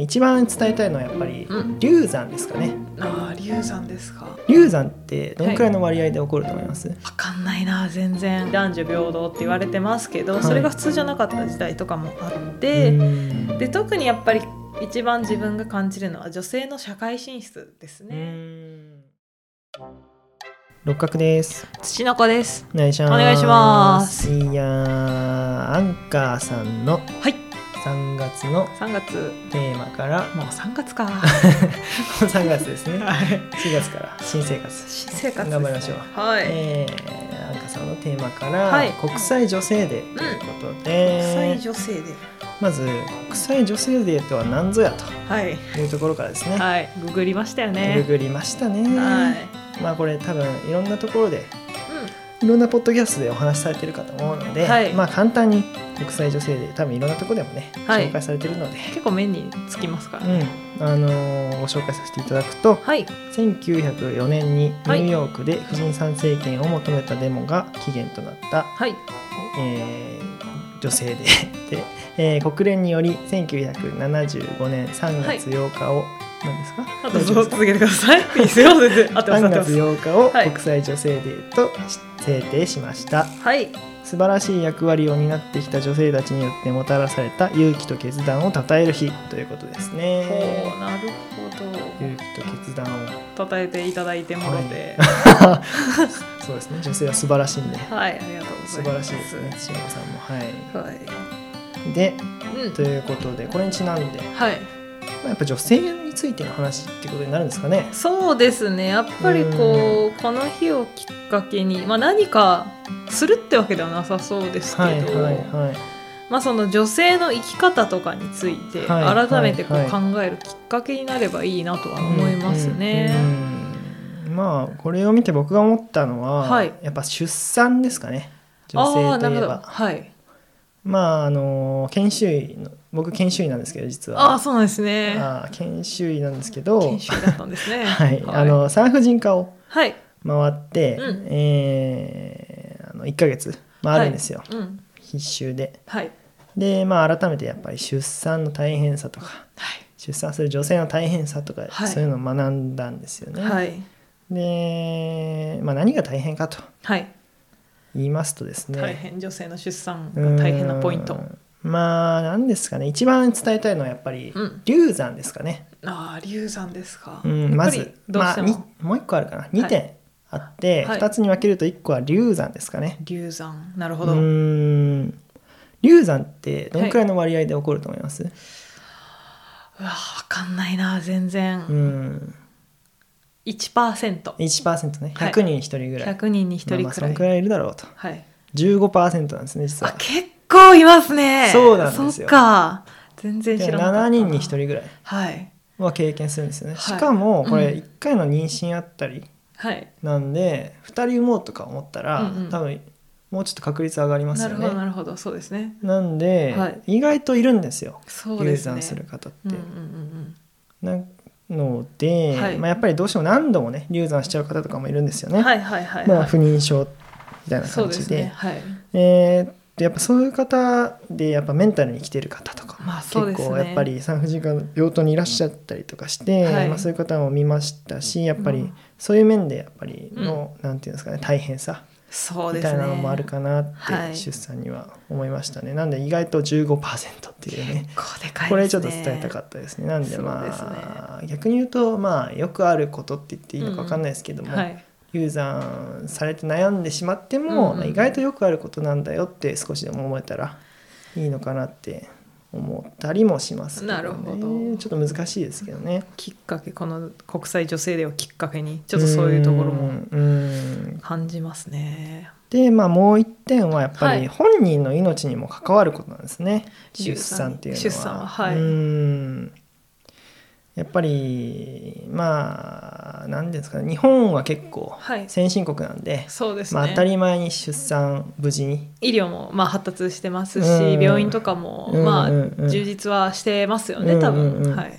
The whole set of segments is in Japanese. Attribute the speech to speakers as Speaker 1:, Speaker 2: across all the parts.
Speaker 1: 一番伝えたいのはやっぱり
Speaker 2: うん
Speaker 1: 流産ですかね
Speaker 2: ああ流産ですか
Speaker 1: 流産ってどのくらいの割合で起こると思います、
Speaker 2: わかんないな全然男女平等って言われてますけど、
Speaker 1: はい
Speaker 2: それが普通じゃなかった時代とかもあっ
Speaker 1: う
Speaker 2: て、
Speaker 1: ん
Speaker 2: で特にやっぱり一番自分が感じるのは女性の社会進出です
Speaker 1: う
Speaker 2: ね、
Speaker 1: ん六角です
Speaker 2: 土の子です
Speaker 1: お願いします
Speaker 2: お願いします
Speaker 1: いやーアンカーさんの
Speaker 2: はい
Speaker 1: 3月の
Speaker 2: 3月
Speaker 1: テーマから
Speaker 2: もう3月 か
Speaker 1: 3月ですね
Speaker 2: はい
Speaker 1: 4月から新生活
Speaker 2: 新生活ですね
Speaker 1: 頑張りましょう
Speaker 2: はい、
Speaker 1: えー、アンカさんのテーマから、
Speaker 2: はい
Speaker 1: 国際女性デーということで、
Speaker 2: 国際女性で
Speaker 1: まず国際女性デーとは何ぞや
Speaker 2: はい
Speaker 1: というところからですね、
Speaker 2: はいググりましたよ
Speaker 1: グ
Speaker 2: ね
Speaker 1: グりましたね、
Speaker 2: はい
Speaker 1: まあこれ多分いろんなところでいろんなポッドキャストでお話しされてるかと思うので、
Speaker 2: はい
Speaker 1: まあ簡単に国際女性デー多分いろんなところでもね、
Speaker 2: はい
Speaker 1: 紹介されてるので、
Speaker 2: 結構目につきますから、
Speaker 1: うんあのーご紹介させていただくと
Speaker 2: はい
Speaker 1: 1904年にニュ
Speaker 2: はい
Speaker 1: ーヨークで婦人参政権を求めたデモが起源となった
Speaker 2: はい
Speaker 1: えー女性でで、えー国連により1975年3月8日を、何ですか
Speaker 2: あと続けてくだ さいいいですよ全然合ってます
Speaker 1: 3
Speaker 2: 合ってま
Speaker 1: 月
Speaker 2: す
Speaker 1: 8日を
Speaker 2: はい
Speaker 1: 国際女性デーとし制定しました、
Speaker 2: はい
Speaker 1: 素晴らしい役割を担ってきた女性たちによってもたらされた勇気と決断を称える日ということです
Speaker 2: おー
Speaker 1: ね
Speaker 2: なるほ
Speaker 1: 勇気と決断を
Speaker 2: どたえていただいてもろて
Speaker 1: そうですね女性は素晴らしいんで
Speaker 2: はい、ありがとうございます
Speaker 1: 素晴らしいですね千代さんもは
Speaker 2: はい
Speaker 1: いで
Speaker 2: うん
Speaker 1: ということでこれにちなんで
Speaker 2: はい
Speaker 1: まあ、やっぱ女性についての話ってことになるんですかね。
Speaker 2: そうですねやっぱりこうこの日をきっかけに、まあ、何かするってわけではなさそうですけど、
Speaker 1: はいはいはい。
Speaker 2: まあ、その女性の生き方とかについて
Speaker 1: はい
Speaker 2: 改めてこ
Speaker 1: は
Speaker 2: う
Speaker 1: い
Speaker 2: 考
Speaker 1: は
Speaker 2: えるきっかけになればいいなとは思いますね。
Speaker 1: うん。うんまあこれを見て僕が思ったのは、
Speaker 2: はい
Speaker 1: やっぱ出産ですかね。女
Speaker 2: あ
Speaker 1: 性
Speaker 2: あ
Speaker 1: と
Speaker 2: ない
Speaker 1: え
Speaker 2: るほど
Speaker 1: ば。
Speaker 2: はい、
Speaker 1: まああの研修医の僕研修医なんですけど実
Speaker 2: ああ
Speaker 1: は。
Speaker 2: そうなんですね。
Speaker 1: あー研修医なんですけど
Speaker 2: 研、修だったんです ね。
Speaker 1: はい、あの産婦人科を
Speaker 2: はい、
Speaker 1: 回って、
Speaker 2: うん
Speaker 1: えーあの1ヶ月回るんですよ、
Speaker 2: うん、
Speaker 1: 必修で。
Speaker 2: はい、
Speaker 1: でまあ改めてやっぱり出産の大変さとか。
Speaker 2: は
Speaker 1: 出産する女性の大変さとか、
Speaker 2: はい
Speaker 1: そういうのを学んだんですよね。
Speaker 2: い、はい、
Speaker 1: で、まあ、何が大変かと
Speaker 2: はい、
Speaker 1: 言いますとですね
Speaker 2: 大変女性の出産が大変なポイント
Speaker 1: う。んまあ何ですかね一番伝えたいのはやっぱり
Speaker 2: うん
Speaker 1: 流産ですかね、
Speaker 2: ああ流産ですか。
Speaker 1: うん、ま
Speaker 2: やっぱ
Speaker 1: ず
Speaker 2: りどう
Speaker 1: ま
Speaker 2: し
Speaker 1: あ、
Speaker 2: て
Speaker 1: に
Speaker 2: も
Speaker 1: もう一個あるかな2点あって、
Speaker 2: はい
Speaker 1: 2つに分けると1個は流産ですかね。
Speaker 2: 流産なるほ
Speaker 1: う
Speaker 2: ど。
Speaker 1: ん流産ってどのくらいの割合で起こると思います、
Speaker 2: うわわかんないな全
Speaker 1: う
Speaker 2: 然。
Speaker 1: ん
Speaker 2: 一パーセント。
Speaker 1: 1%ね
Speaker 2: はい
Speaker 1: 100人に1人ぐらい、
Speaker 2: 百人に一
Speaker 1: まあ
Speaker 2: 人
Speaker 1: まあ
Speaker 2: く
Speaker 1: そ
Speaker 2: ら
Speaker 1: の
Speaker 2: い。
Speaker 1: くらいいるだろうと
Speaker 2: はい。
Speaker 1: 15%なんですね実は
Speaker 2: あ結構いますね。
Speaker 1: そうなんですよ
Speaker 2: そっか。全然
Speaker 1: で
Speaker 2: 知らなかった。
Speaker 1: 7人に1。人ぐらい
Speaker 2: はい
Speaker 1: は経験するんですよね、
Speaker 2: はい
Speaker 1: しかもこれ
Speaker 2: うん
Speaker 1: 1回の妊娠あったり
Speaker 2: はい。
Speaker 1: なんで、2人産もうとか思ったら、
Speaker 2: うんうん
Speaker 1: 多分もうちょっと確率上がります
Speaker 2: な
Speaker 1: よ
Speaker 2: るほど
Speaker 1: ね
Speaker 2: なるほどそうですね。
Speaker 1: なんで、
Speaker 2: はい
Speaker 1: 意外といるんですよ
Speaker 2: そうで
Speaker 1: 流
Speaker 2: すね。
Speaker 1: 産する方って、
Speaker 2: うんうんうん
Speaker 1: なので、
Speaker 2: はい
Speaker 1: まあ、やっぱりどうしても何度もね流産しちゃう方とかもいるんですよ
Speaker 2: う
Speaker 1: ね、
Speaker 2: ん。はいはいはいはい。
Speaker 1: まあ、不妊症みたいな
Speaker 2: そう
Speaker 1: 感
Speaker 2: で
Speaker 1: じ
Speaker 2: す
Speaker 1: で
Speaker 2: ね。はい。
Speaker 1: えーでやっぱそういう方でやっぱメンタルに来てる方とかも
Speaker 2: まあそうですね
Speaker 1: 結構やっぱり産婦人科の病棟にいらっしゃったりとかして、
Speaker 2: はい
Speaker 1: まあ、そういう方も見ましたしやっぱ
Speaker 2: う
Speaker 1: り
Speaker 2: ん
Speaker 1: そういう面でやっぱりの、なんていうんですかね大変さ
Speaker 2: そう
Speaker 1: み
Speaker 2: です
Speaker 1: た
Speaker 2: ね。
Speaker 1: いなのもあるかなって、
Speaker 2: はい
Speaker 1: 出産には思いましたねなんで意外と15%っていうね
Speaker 2: こうでかいですね。
Speaker 1: これちょっと伝えたかったですねなんでまあ逆に言うとまあよくあることって言っていいのか分かんないですけども、
Speaker 2: はい。
Speaker 1: 流産されて悩んでしまっても、
Speaker 2: うんうん
Speaker 1: 意外とよくあることなんだよって少しでも思えたらいいのかなって思ったりもしますけど、ね、
Speaker 2: なるほど
Speaker 1: ちょっと難しいですけどね
Speaker 2: きっかけこの国際女性デーをきっかけにちょっとそういうところ
Speaker 1: う
Speaker 2: も
Speaker 1: んうん
Speaker 2: 感じますね。
Speaker 1: でまあもう一点はやっぱ
Speaker 2: は
Speaker 1: り
Speaker 2: い
Speaker 1: 本人の命にも関わることなんですね、
Speaker 2: 流
Speaker 1: 出
Speaker 2: 産
Speaker 1: 産っていうのは
Speaker 2: 出産ははい
Speaker 1: うんやっぱりまあ何ですかね日本は結構
Speaker 2: はい。
Speaker 1: 先進国なんで、
Speaker 2: そうですね。
Speaker 1: まあ、当たり前に出産無事に
Speaker 2: 医療もまあ発達してますし、
Speaker 1: うん
Speaker 2: 病院とかもまあ
Speaker 1: うんうんうん
Speaker 2: 充実はしてますよね、多
Speaker 1: うんうんう
Speaker 2: 分
Speaker 1: ん
Speaker 2: はい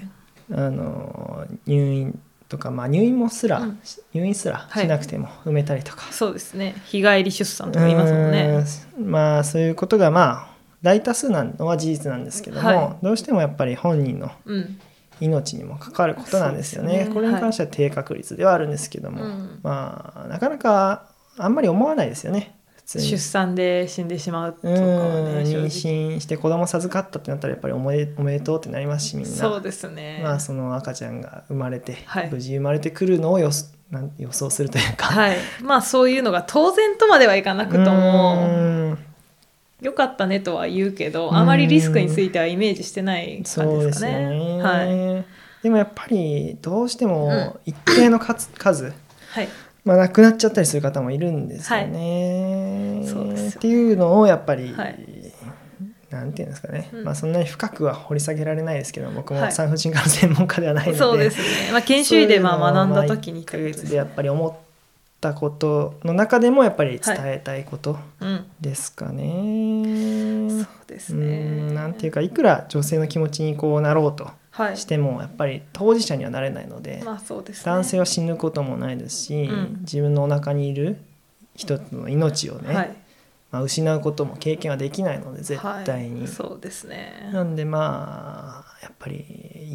Speaker 1: あの入院とか、まあ、入院もすら、
Speaker 2: うん
Speaker 1: 入院すら
Speaker 2: はい
Speaker 1: しなくても埋めたりとか、
Speaker 2: そうですね日帰り出産とか言いますもんね
Speaker 1: うんまあそういうことがまあ大多数なのは事実なんですけども、
Speaker 2: は
Speaker 1: どうしてもやっぱり本人の
Speaker 2: うん
Speaker 1: 命にも関わることなんですよね
Speaker 2: そうですね
Speaker 1: これに関しては低確率ではあるんですけども、
Speaker 2: うん
Speaker 1: まあなかなかあんまり思わないですよね普通に
Speaker 2: 出産で死んでしまうとか
Speaker 1: う
Speaker 2: は
Speaker 1: ん
Speaker 2: ね
Speaker 1: 妊
Speaker 2: 正
Speaker 1: 娠して子供授かったってなったらやっぱりおめでおめでとうってなりますしみ
Speaker 2: 直
Speaker 1: んな
Speaker 2: そうですね、
Speaker 1: まあ、その赤ちゃんが生まれて、
Speaker 2: はい
Speaker 1: 無事生まれてくるのを予想なん予想するというか、
Speaker 2: はい、まあそういうのが当然とまではいかなくとも
Speaker 1: うん
Speaker 2: 良かったねとは言うけ
Speaker 1: う
Speaker 2: ど
Speaker 1: ん
Speaker 2: あまりリスクについてはイメージしてない感
Speaker 1: そう
Speaker 2: じ
Speaker 1: で
Speaker 2: です
Speaker 1: す
Speaker 2: か
Speaker 1: よね、
Speaker 2: ね。はい
Speaker 1: でもやっぱりどうして
Speaker 2: う
Speaker 1: も一定の数,、数
Speaker 2: はい
Speaker 1: まあ、亡くなっちゃったりする方もいるんですよね。
Speaker 2: はいそうですよね
Speaker 1: っていうのをやっぱり、
Speaker 2: はい
Speaker 1: なんていうんですかね、
Speaker 2: うん
Speaker 1: まあ、そんなに深くは掘り下げられないですけど僕
Speaker 2: は
Speaker 1: も
Speaker 2: い
Speaker 1: 産婦人科の専門家ではないので,、
Speaker 2: そうですね、まあ、研修医でまあ学んだ時に
Speaker 1: 1
Speaker 2: と
Speaker 1: ヶ
Speaker 2: いう
Speaker 1: 月でやっぱり思ったことの中でもやっぱり伝えたいこと
Speaker 2: うん、
Speaker 1: ですかね。
Speaker 2: そうです
Speaker 1: う
Speaker 2: ね。
Speaker 1: んなんていうかいくら女性の気持ちにこうなろうと
Speaker 2: はい
Speaker 1: してもやっぱり当事者にはなれないので、
Speaker 2: まあそうですね。
Speaker 1: 男性は死ぬこともないですし、
Speaker 2: うん
Speaker 1: 自分のお腹にいる人の命をね、
Speaker 2: はい
Speaker 1: まあ、失うことも経験はできないので絶対に、
Speaker 2: はい、そうですね。
Speaker 1: なんでまあやっぱり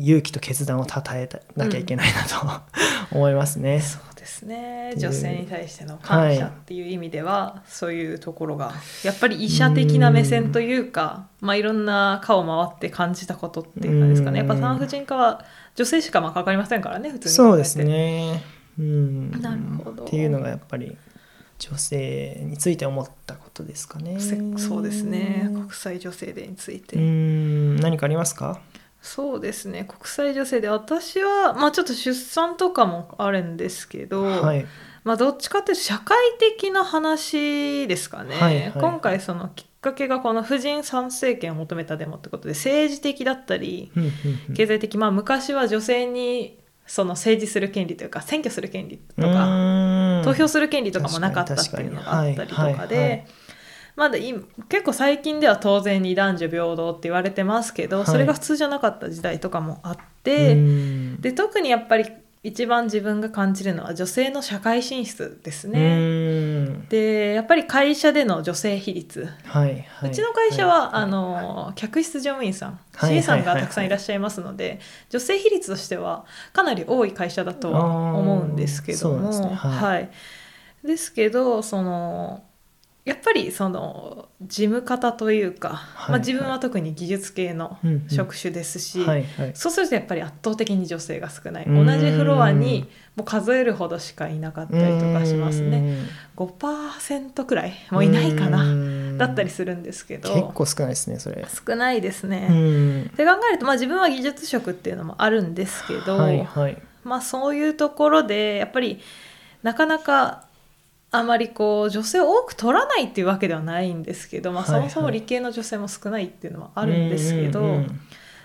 Speaker 1: 勇気と決断をたたえたなきゃいけないなと 思いますね。
Speaker 2: そうですね
Speaker 1: っていう
Speaker 2: 女性に対しての感謝
Speaker 1: はい
Speaker 2: っていう意味では、そういうところがやっぱり医者的な目線というかまあ、いろんな科を回って感じたことっていう感じですかね
Speaker 1: う
Speaker 2: や
Speaker 1: ん
Speaker 2: っぱ産婦人科は女性しかまあかかりませんからね普通に考えて
Speaker 1: そうですね、うん、
Speaker 2: なるほど
Speaker 1: っていうのがやっぱり女性について思ったことですかね。
Speaker 2: せそうですね国際女性デーについて、
Speaker 1: うん何かありますか
Speaker 2: そうですね国際女性で私はまあちょっと出産とかもあるんですけど、
Speaker 1: はい、
Speaker 2: まあ、どっちかというと社会的な話ですかね、
Speaker 1: はいはい
Speaker 2: 今回そのきっかけがこの婦人参政権を求めたデモってことで政治的だったり
Speaker 1: うんうんうん
Speaker 2: 経済的、まあ、昔は女性にその政治する権利というか選挙する権利と
Speaker 1: う
Speaker 2: か
Speaker 1: ーん
Speaker 2: 投票する権利とかもなかったっていうのがあったり
Speaker 1: 確
Speaker 2: と
Speaker 1: か
Speaker 2: か
Speaker 1: にはいはいはい
Speaker 2: で。まだ今結構最近では当然に男女平等って言われてますけど、
Speaker 1: はい
Speaker 2: それが普通じゃなかった時代とかもあっ
Speaker 1: う
Speaker 2: て、
Speaker 1: ん
Speaker 2: で特にやっぱり一番自分が感じるのは女性の社会進出です
Speaker 1: う
Speaker 2: ね。
Speaker 1: ーん
Speaker 2: でやっぱり会社での女性比率、
Speaker 1: はいはいう
Speaker 2: ちの会社は、
Speaker 1: い
Speaker 2: あの客室乗務員さん、
Speaker 1: はい
Speaker 2: CA さん
Speaker 1: は
Speaker 2: が
Speaker 1: いはい
Speaker 2: たくさんいらっしゃいますので、女性比率としてはかなり多い会社だとは思うんですけど
Speaker 1: あー
Speaker 2: も
Speaker 1: そうなんですねはい
Speaker 2: はいですけどそのやっぱりその事務方というか、
Speaker 1: い
Speaker 2: ま
Speaker 1: は
Speaker 2: あ、
Speaker 1: い
Speaker 2: 自分は特に技術系の
Speaker 1: うんうん
Speaker 2: 職種ですし、
Speaker 1: はいはい
Speaker 2: そうするとやっぱり圧倒的に女性が少ない同
Speaker 1: うん
Speaker 2: じフロアにもう数えるほどしかいなかったりとかしますね。5%くらいもういないかな
Speaker 1: な
Speaker 2: だったりするんですけど
Speaker 1: 結構少ないですねそれ
Speaker 2: 少ないですね。
Speaker 1: う
Speaker 2: っ
Speaker 1: ん
Speaker 2: て考えると、まあ、自分は技術職っていうのもあるんですけど、
Speaker 1: はいはい
Speaker 2: まあ、そういうところでやっぱりなかなかあまりこう女性を多く取らないっていうわけではないんですけど、まあ、
Speaker 1: はい
Speaker 2: そ
Speaker 1: は
Speaker 2: も
Speaker 1: い
Speaker 2: そも理系の女性も少ないっていうのもあるんですけど、
Speaker 1: うんうん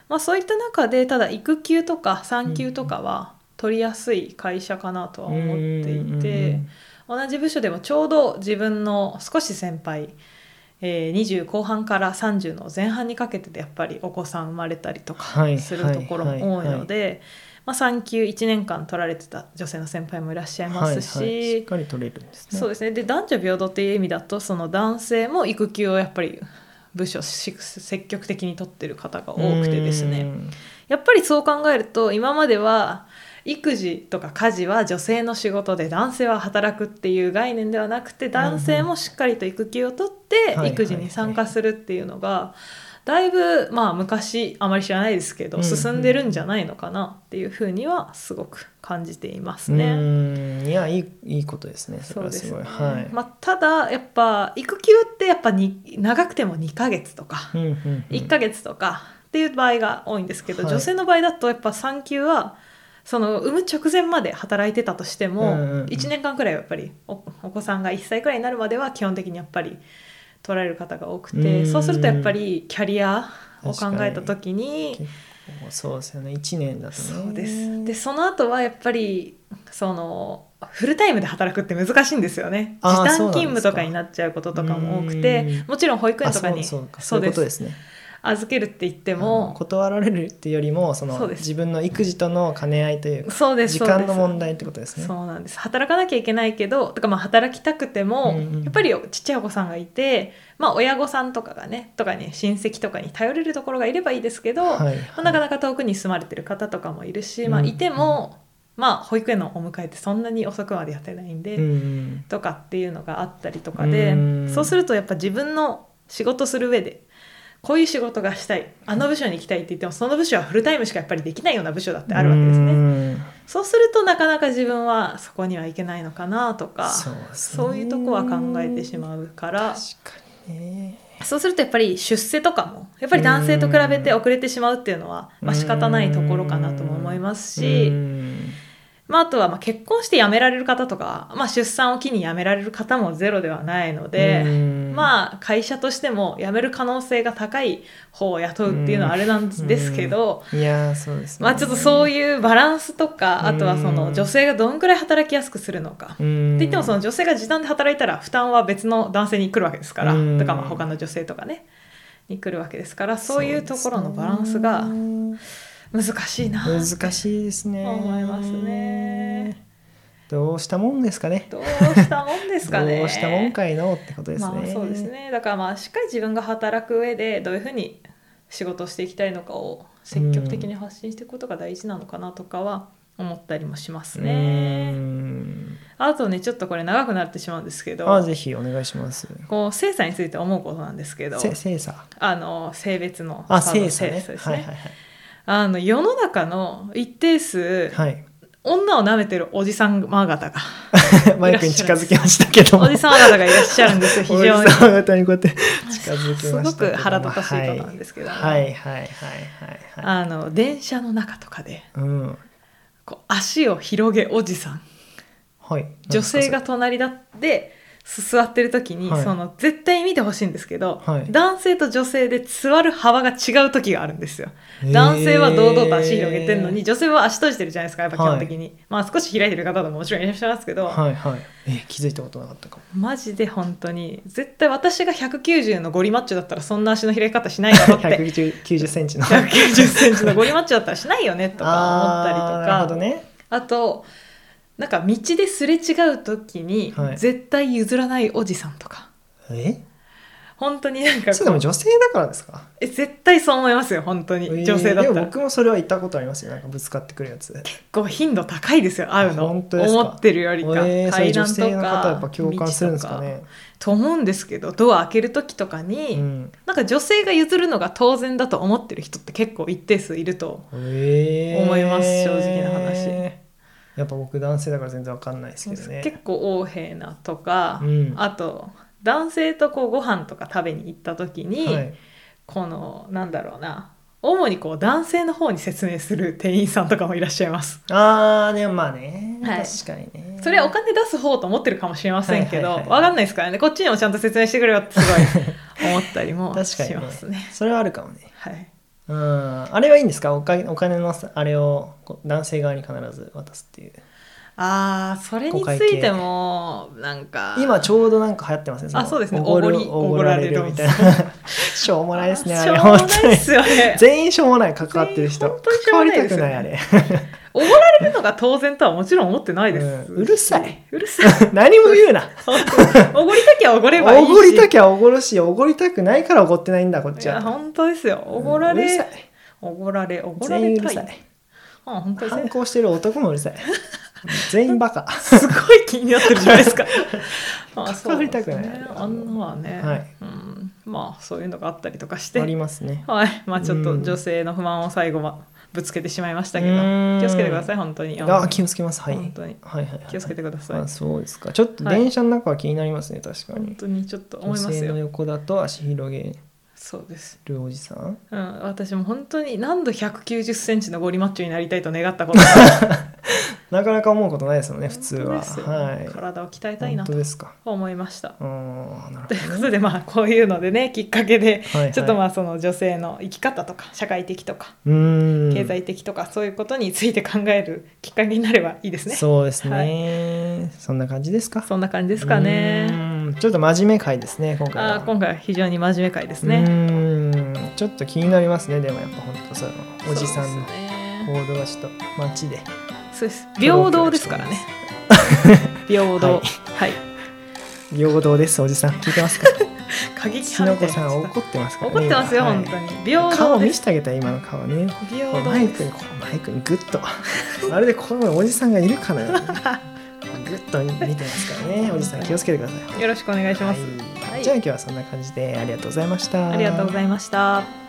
Speaker 2: まあ、そういった中でただ育休とか産休とかは取りやすい会社かなとは
Speaker 1: うん
Speaker 2: 思っていて。
Speaker 1: うん
Speaker 2: 同じ部署でもちょうど自分の少し先輩、えー20後半から30の前半にかけてでやっぱりお子さん生まれたりと
Speaker 1: は
Speaker 2: か
Speaker 1: い
Speaker 2: するところも多いのでまあ産休1年間取られてた女性の先輩もいらっしゃいますし。
Speaker 1: はいはいしっかり取れるんですね
Speaker 2: そうですねで男女平等っていう意味だとその男性も育休をやっぱり部署し積極的に取ってる方が多くてですね、
Speaker 1: うん
Speaker 2: やっぱりそう考えると今までは育児とか家事は女性の仕事で男性は働くっていう概念ではなくて男性もしっかりと育休を取って
Speaker 1: はい
Speaker 2: 育児に参加するっていうのがだいぶまあ昔あまり知らないですけ
Speaker 1: う
Speaker 2: ど
Speaker 1: んうん
Speaker 2: 進んでるんじゃないのかなっていうふうにはすごく感じています
Speaker 1: う
Speaker 2: ね。
Speaker 1: んいやいいいいことですねそ
Speaker 2: そ
Speaker 1: れ
Speaker 2: う
Speaker 1: は
Speaker 2: ですす
Speaker 1: ごい
Speaker 2: ね
Speaker 1: はい
Speaker 2: まあ、ただやっぱ育休ってやっぱに長くても2ヶ月とか
Speaker 1: うんうんうん
Speaker 2: 1ヶ月とかっていう場合が多いんですけど、
Speaker 1: はい
Speaker 2: 女性の場合だとやっぱ産休はその産む直前まで働いてたとしても、
Speaker 1: うんうんうん
Speaker 2: 1年間くらいはやっぱりおお子さんが1歳くらいになるまでは基本的にやっぱり取られる方が多くて、
Speaker 1: うん
Speaker 2: そうするとやっぱりキャリアを考えた時に
Speaker 1: 結構そうですよね一年だとね
Speaker 2: そうですでその後はやっぱりそのフルタイムで働くって難しいんですよね時
Speaker 1: あー
Speaker 2: 短
Speaker 1: そうなん
Speaker 2: 勤
Speaker 1: ですか
Speaker 2: 務とかになっちゃうこととかも多く
Speaker 1: う
Speaker 2: て
Speaker 1: ん
Speaker 2: もちろん保育園とかに
Speaker 1: あそうそうか
Speaker 2: そ
Speaker 1: そうういう
Speaker 2: で
Speaker 1: こと
Speaker 2: す
Speaker 1: ですね
Speaker 2: 預けるって言って
Speaker 1: あの
Speaker 2: も、
Speaker 1: 断られるっていうよりもその
Speaker 2: そうです
Speaker 1: 自分の育児との兼ね合いというか
Speaker 2: そうです
Speaker 1: 時間の
Speaker 2: そうです
Speaker 1: 問題ってことですね。
Speaker 2: そうなんです働かなきゃいけないけどとかまあ働きたくても、
Speaker 1: うんうん
Speaker 2: やっぱりちっちゃいお子さんがいて、まあ、親御さんとかがねとかね親戚とかに頼れるところがいればいいですけど、
Speaker 1: はい
Speaker 2: まあ、なかなか遠くに住まれてる方とかもいるし、まあ、
Speaker 1: うん
Speaker 2: いても、まあ、保育園のお迎えってそんなに遅くまでやってないんで、
Speaker 1: うん
Speaker 2: とかっていうのがあったりとかで、
Speaker 1: うん
Speaker 2: そうするとやっぱ自分の仕事する上でこういう仕事がしたいあの部署に行きたいって言ってもその部署はフルタイムしかやっぱりできないような部署だってあるわけですね。
Speaker 1: ね。
Speaker 2: そうするとなかなか自分はそこにはいけないのかなとか
Speaker 1: そうですね
Speaker 2: そういうとこは考えてしまうから
Speaker 1: 確かにね。
Speaker 2: そうするとやっぱり出世とかもやっぱり男性と比べて遅れてしまうっていうのは、まあ仕方ないところかなとも思います
Speaker 1: う
Speaker 2: し、
Speaker 1: ん
Speaker 2: まあ、あとはまあ結婚して辞められる方とか、まあ、出産を機に辞められる方もゼロではないので。
Speaker 1: あ
Speaker 2: まあ会社としても辞める可能性が高い方を雇うっていうのはあれなんですけど、
Speaker 1: いやーそうですね。
Speaker 2: まあちょっとそう
Speaker 1: い
Speaker 2: いうバランスとかあとはその
Speaker 1: うん
Speaker 2: 女性がどんくらい働きやすくするのか。
Speaker 1: うん。
Speaker 2: って言ってもそ
Speaker 1: の
Speaker 2: の女性が時短で働いたら負担は別の男性に来るわけですから
Speaker 1: うん
Speaker 2: とかまあ他の女性とかねに来るわけですからそういうところのバランスが難しいな
Speaker 1: 難しいですね。
Speaker 2: 思いますね。
Speaker 1: どうしたもんですかね。
Speaker 2: どうしたもんですかね
Speaker 1: どうしたもんかいのってことですね。
Speaker 2: まあそうです。ねだからまあしっかり自分が働く上でどういうふうに仕事をしていきたいのかを積極的に発信していくことが大事なのかなとかは思ったりもしますね。
Speaker 1: うん
Speaker 2: あとねちょっとこれ長くなってしまうんですけど
Speaker 1: あぜひお願いします。
Speaker 2: こう精査について思うことなんですけど
Speaker 1: せ精査。
Speaker 2: あの性別の
Speaker 1: あ
Speaker 2: 差の
Speaker 1: 精査ね。
Speaker 2: 性です
Speaker 1: は
Speaker 2: ね
Speaker 1: いはい
Speaker 2: あの世の中の一定数、
Speaker 1: はい。はい。
Speaker 2: 女を舐めてるおじさんま方が
Speaker 1: マイクに近づきましたけども。
Speaker 2: おじさん方がいらっしゃるんですよ 非常
Speaker 1: お
Speaker 2: に
Speaker 1: じさん方にこうや って近づきましたけ
Speaker 2: す
Speaker 1: ども。
Speaker 2: ごく腹立たしいことなんですけど、
Speaker 1: はいはいはいはいはいはい。
Speaker 2: あの電車の中とかで
Speaker 1: うん。
Speaker 2: こう足を広げおじさん
Speaker 1: はい。
Speaker 2: 女性が隣だって座ってる時に、
Speaker 1: はい
Speaker 2: その絶対見てほしいんですけど、
Speaker 1: はい
Speaker 2: 男性と女性で座る幅が違う時があるんですよ。
Speaker 1: へー
Speaker 2: 男性は堂々と足広げてるのに、女性は足閉じてるじゃないですかやっぱ基
Speaker 1: はい
Speaker 2: 本的に、まあ少し開いてる方ももちろんいらっしゃいますけど、
Speaker 1: はいはい。え気づいたことなかったかも。
Speaker 2: マジで本当に絶対私が190のゴリマッチョだったらそんな足の開き方しないだろうっ て
Speaker 1: 190センチの。
Speaker 2: 190センチのゴリマッチョだったらしないよねとか思ったりと
Speaker 1: あー
Speaker 2: か
Speaker 1: なるほどね。
Speaker 2: あとなんか道ですれ違う時に、
Speaker 1: はい
Speaker 2: 絶対譲らないおじさんとか
Speaker 1: え？
Speaker 2: 本当になんかこう
Speaker 1: それでも女性だからですか？
Speaker 2: え絶対そう思いますよ本当に女性だっ
Speaker 1: えー
Speaker 2: た
Speaker 1: でも
Speaker 2: ら、
Speaker 1: 僕もそれは言ったことありますよ。なんかぶつかってくるやつ。
Speaker 2: こう頻度高いですよ会うの
Speaker 1: 本当ですか
Speaker 2: 思ってるよりか、
Speaker 1: えー、それ
Speaker 2: 階
Speaker 1: 女
Speaker 2: 段と
Speaker 1: 性の方はやっ
Speaker 2: か
Speaker 1: ぱ共感するんですか
Speaker 2: 道
Speaker 1: ね。
Speaker 2: とかと思うんですけどドア開ける時とかに、
Speaker 1: うん。
Speaker 2: なんか女性が譲るのが当然だと思ってる人って結構一定数いると
Speaker 1: えー
Speaker 2: 思います正直な話
Speaker 1: やっぱ僕男性だから全然わかんないですけどね。
Speaker 2: 結構横柄なとか、
Speaker 1: うん
Speaker 2: あと男性とこうご飯とか食べに行った時に、
Speaker 1: はい。
Speaker 2: このなんだろうな主にこう男性の方に説明する店員さんとかもいらっしゃいます。
Speaker 1: ああでもまあね、
Speaker 2: はい
Speaker 1: 確かにね。
Speaker 2: それはお金出す方と思ってるかもしれませんけ
Speaker 1: は
Speaker 2: ど、
Speaker 1: い
Speaker 2: わ
Speaker 1: はいはい
Speaker 2: かんないですからねこっちにもちゃんと説明してくれよってすごい思ったりも
Speaker 1: 確かに
Speaker 2: し
Speaker 1: ね
Speaker 2: ますね。
Speaker 1: それはあるかもね。
Speaker 2: はい、
Speaker 1: うん、あれはいいんですかお金お金のさあれをこう男性側に必ず渡すっていう
Speaker 2: あーそれについてもなんか
Speaker 1: 今ちょうどなんか流行ってますねの
Speaker 2: あそうですね
Speaker 1: おごる
Speaker 2: おごり
Speaker 1: おごられ
Speaker 2: お
Speaker 1: る
Speaker 2: ごられる
Speaker 1: みたい なしょうもないですねあ
Speaker 2: しょう
Speaker 1: れ
Speaker 2: も
Speaker 1: 本
Speaker 2: ない
Speaker 1: 当
Speaker 2: で
Speaker 1: に
Speaker 2: すよね。
Speaker 1: 全員しょうもない関わってる人
Speaker 2: 全員本当にしょ
Speaker 1: 関わ
Speaker 2: うも
Speaker 1: り
Speaker 2: ない
Speaker 1: た
Speaker 2: です
Speaker 1: く
Speaker 2: よね
Speaker 1: ないあれ
Speaker 2: おごられるのが当然とはもちろん思ってないです。
Speaker 1: うんうるさい。
Speaker 2: うるさい。
Speaker 1: 何も言うな
Speaker 2: おごりたきゃおごればいい
Speaker 1: お
Speaker 2: し。
Speaker 1: ごりたきゃおごるしおごりたくないからおごってないんだこっ
Speaker 2: い
Speaker 1: ち
Speaker 2: や、
Speaker 1: は
Speaker 2: 本当ですよ。おごら
Speaker 1: うんうる
Speaker 2: れ
Speaker 1: さ。い
Speaker 2: おごられ、おごら
Speaker 1: 全員
Speaker 2: れ
Speaker 1: うる
Speaker 2: たい。
Speaker 1: さ
Speaker 2: あ、
Speaker 1: い
Speaker 2: 本当です
Speaker 1: 反
Speaker 2: ね。
Speaker 1: 抗してる男もうる さい全員バカ
Speaker 2: すごい気になってるじゃないで すか。あ、
Speaker 1: 関わりたくない
Speaker 2: そうですねあんなはね、
Speaker 1: はい
Speaker 2: うん、まあそういうのがあったりとかして
Speaker 1: あ、りますね
Speaker 2: はい、まあちょっ
Speaker 1: う
Speaker 2: と
Speaker 1: ん
Speaker 2: 女性の不満を最後はぶつけてしまいましたけど、
Speaker 1: うん
Speaker 2: 気をつけてください本当に。
Speaker 1: あ気をつけますはい
Speaker 2: 本当に
Speaker 1: はいはいはい
Speaker 2: 気をつけてください
Speaker 1: あ。そうですかちょっと電車の中は気になりますね、確か
Speaker 2: 本
Speaker 1: に
Speaker 2: 当にちょっと思い
Speaker 1: 女
Speaker 2: ます
Speaker 1: 性の
Speaker 2: よ。
Speaker 1: 横だと足広げ
Speaker 2: そうです。
Speaker 1: るおじさん
Speaker 2: うん、私も本当に何度190センチのゴリマッチョになりたいと願ったことが
Speaker 1: なかなか思うことないですよ ね普通
Speaker 2: 本当
Speaker 1: は
Speaker 2: ですよ
Speaker 1: はい
Speaker 2: 体を鍛えたい
Speaker 1: 本
Speaker 2: な
Speaker 1: 当
Speaker 2: と
Speaker 1: ですか
Speaker 2: 思いました。
Speaker 1: うーんなるほ
Speaker 2: と
Speaker 1: ど
Speaker 2: いうことでまあこういうのでねきっかけで
Speaker 1: はいはい
Speaker 2: ちょっとまあその女性の生き方とか社会的とか
Speaker 1: うーん
Speaker 2: 経済的とかそういうことについて考えるきっかけになればいいですね。
Speaker 1: そうですね、そんな感じですか
Speaker 2: そんな感じですかね。
Speaker 1: うーんちょっと真面目回ですね今回は
Speaker 2: あー今回は非常に真面目会です
Speaker 1: う
Speaker 2: ね。
Speaker 1: ーんちょっと気になりますねでもやっぱ本当そういうのおじさんの
Speaker 2: そうですね
Speaker 1: 行動はちょっと街で
Speaker 2: そうです平等ですからね平等
Speaker 1: は
Speaker 2: はいい、
Speaker 1: 平等ですおじさん聞いてます か
Speaker 2: 過激
Speaker 1: き
Speaker 2: 派
Speaker 1: のこ
Speaker 2: みたいな
Speaker 1: さ
Speaker 2: やつ
Speaker 1: ん
Speaker 2: だ
Speaker 1: 怒ってますからね
Speaker 2: 怒ってますよ、
Speaker 1: 今
Speaker 2: 本当に平
Speaker 1: はい顔
Speaker 2: 等で
Speaker 1: 見
Speaker 2: す
Speaker 1: せてあげた今の顔ね
Speaker 2: 平
Speaker 1: こう
Speaker 2: 等
Speaker 1: マイク
Speaker 2: です
Speaker 1: にこうマイクにグッ とまるでこのおじさんがいるかのようにグッと見てますからねおじさん気をつけてください
Speaker 2: よろしくお願いします、
Speaker 1: はい
Speaker 2: はい
Speaker 1: じゃあ今日はそんな感じでありがとうございました
Speaker 2: ありがとうございました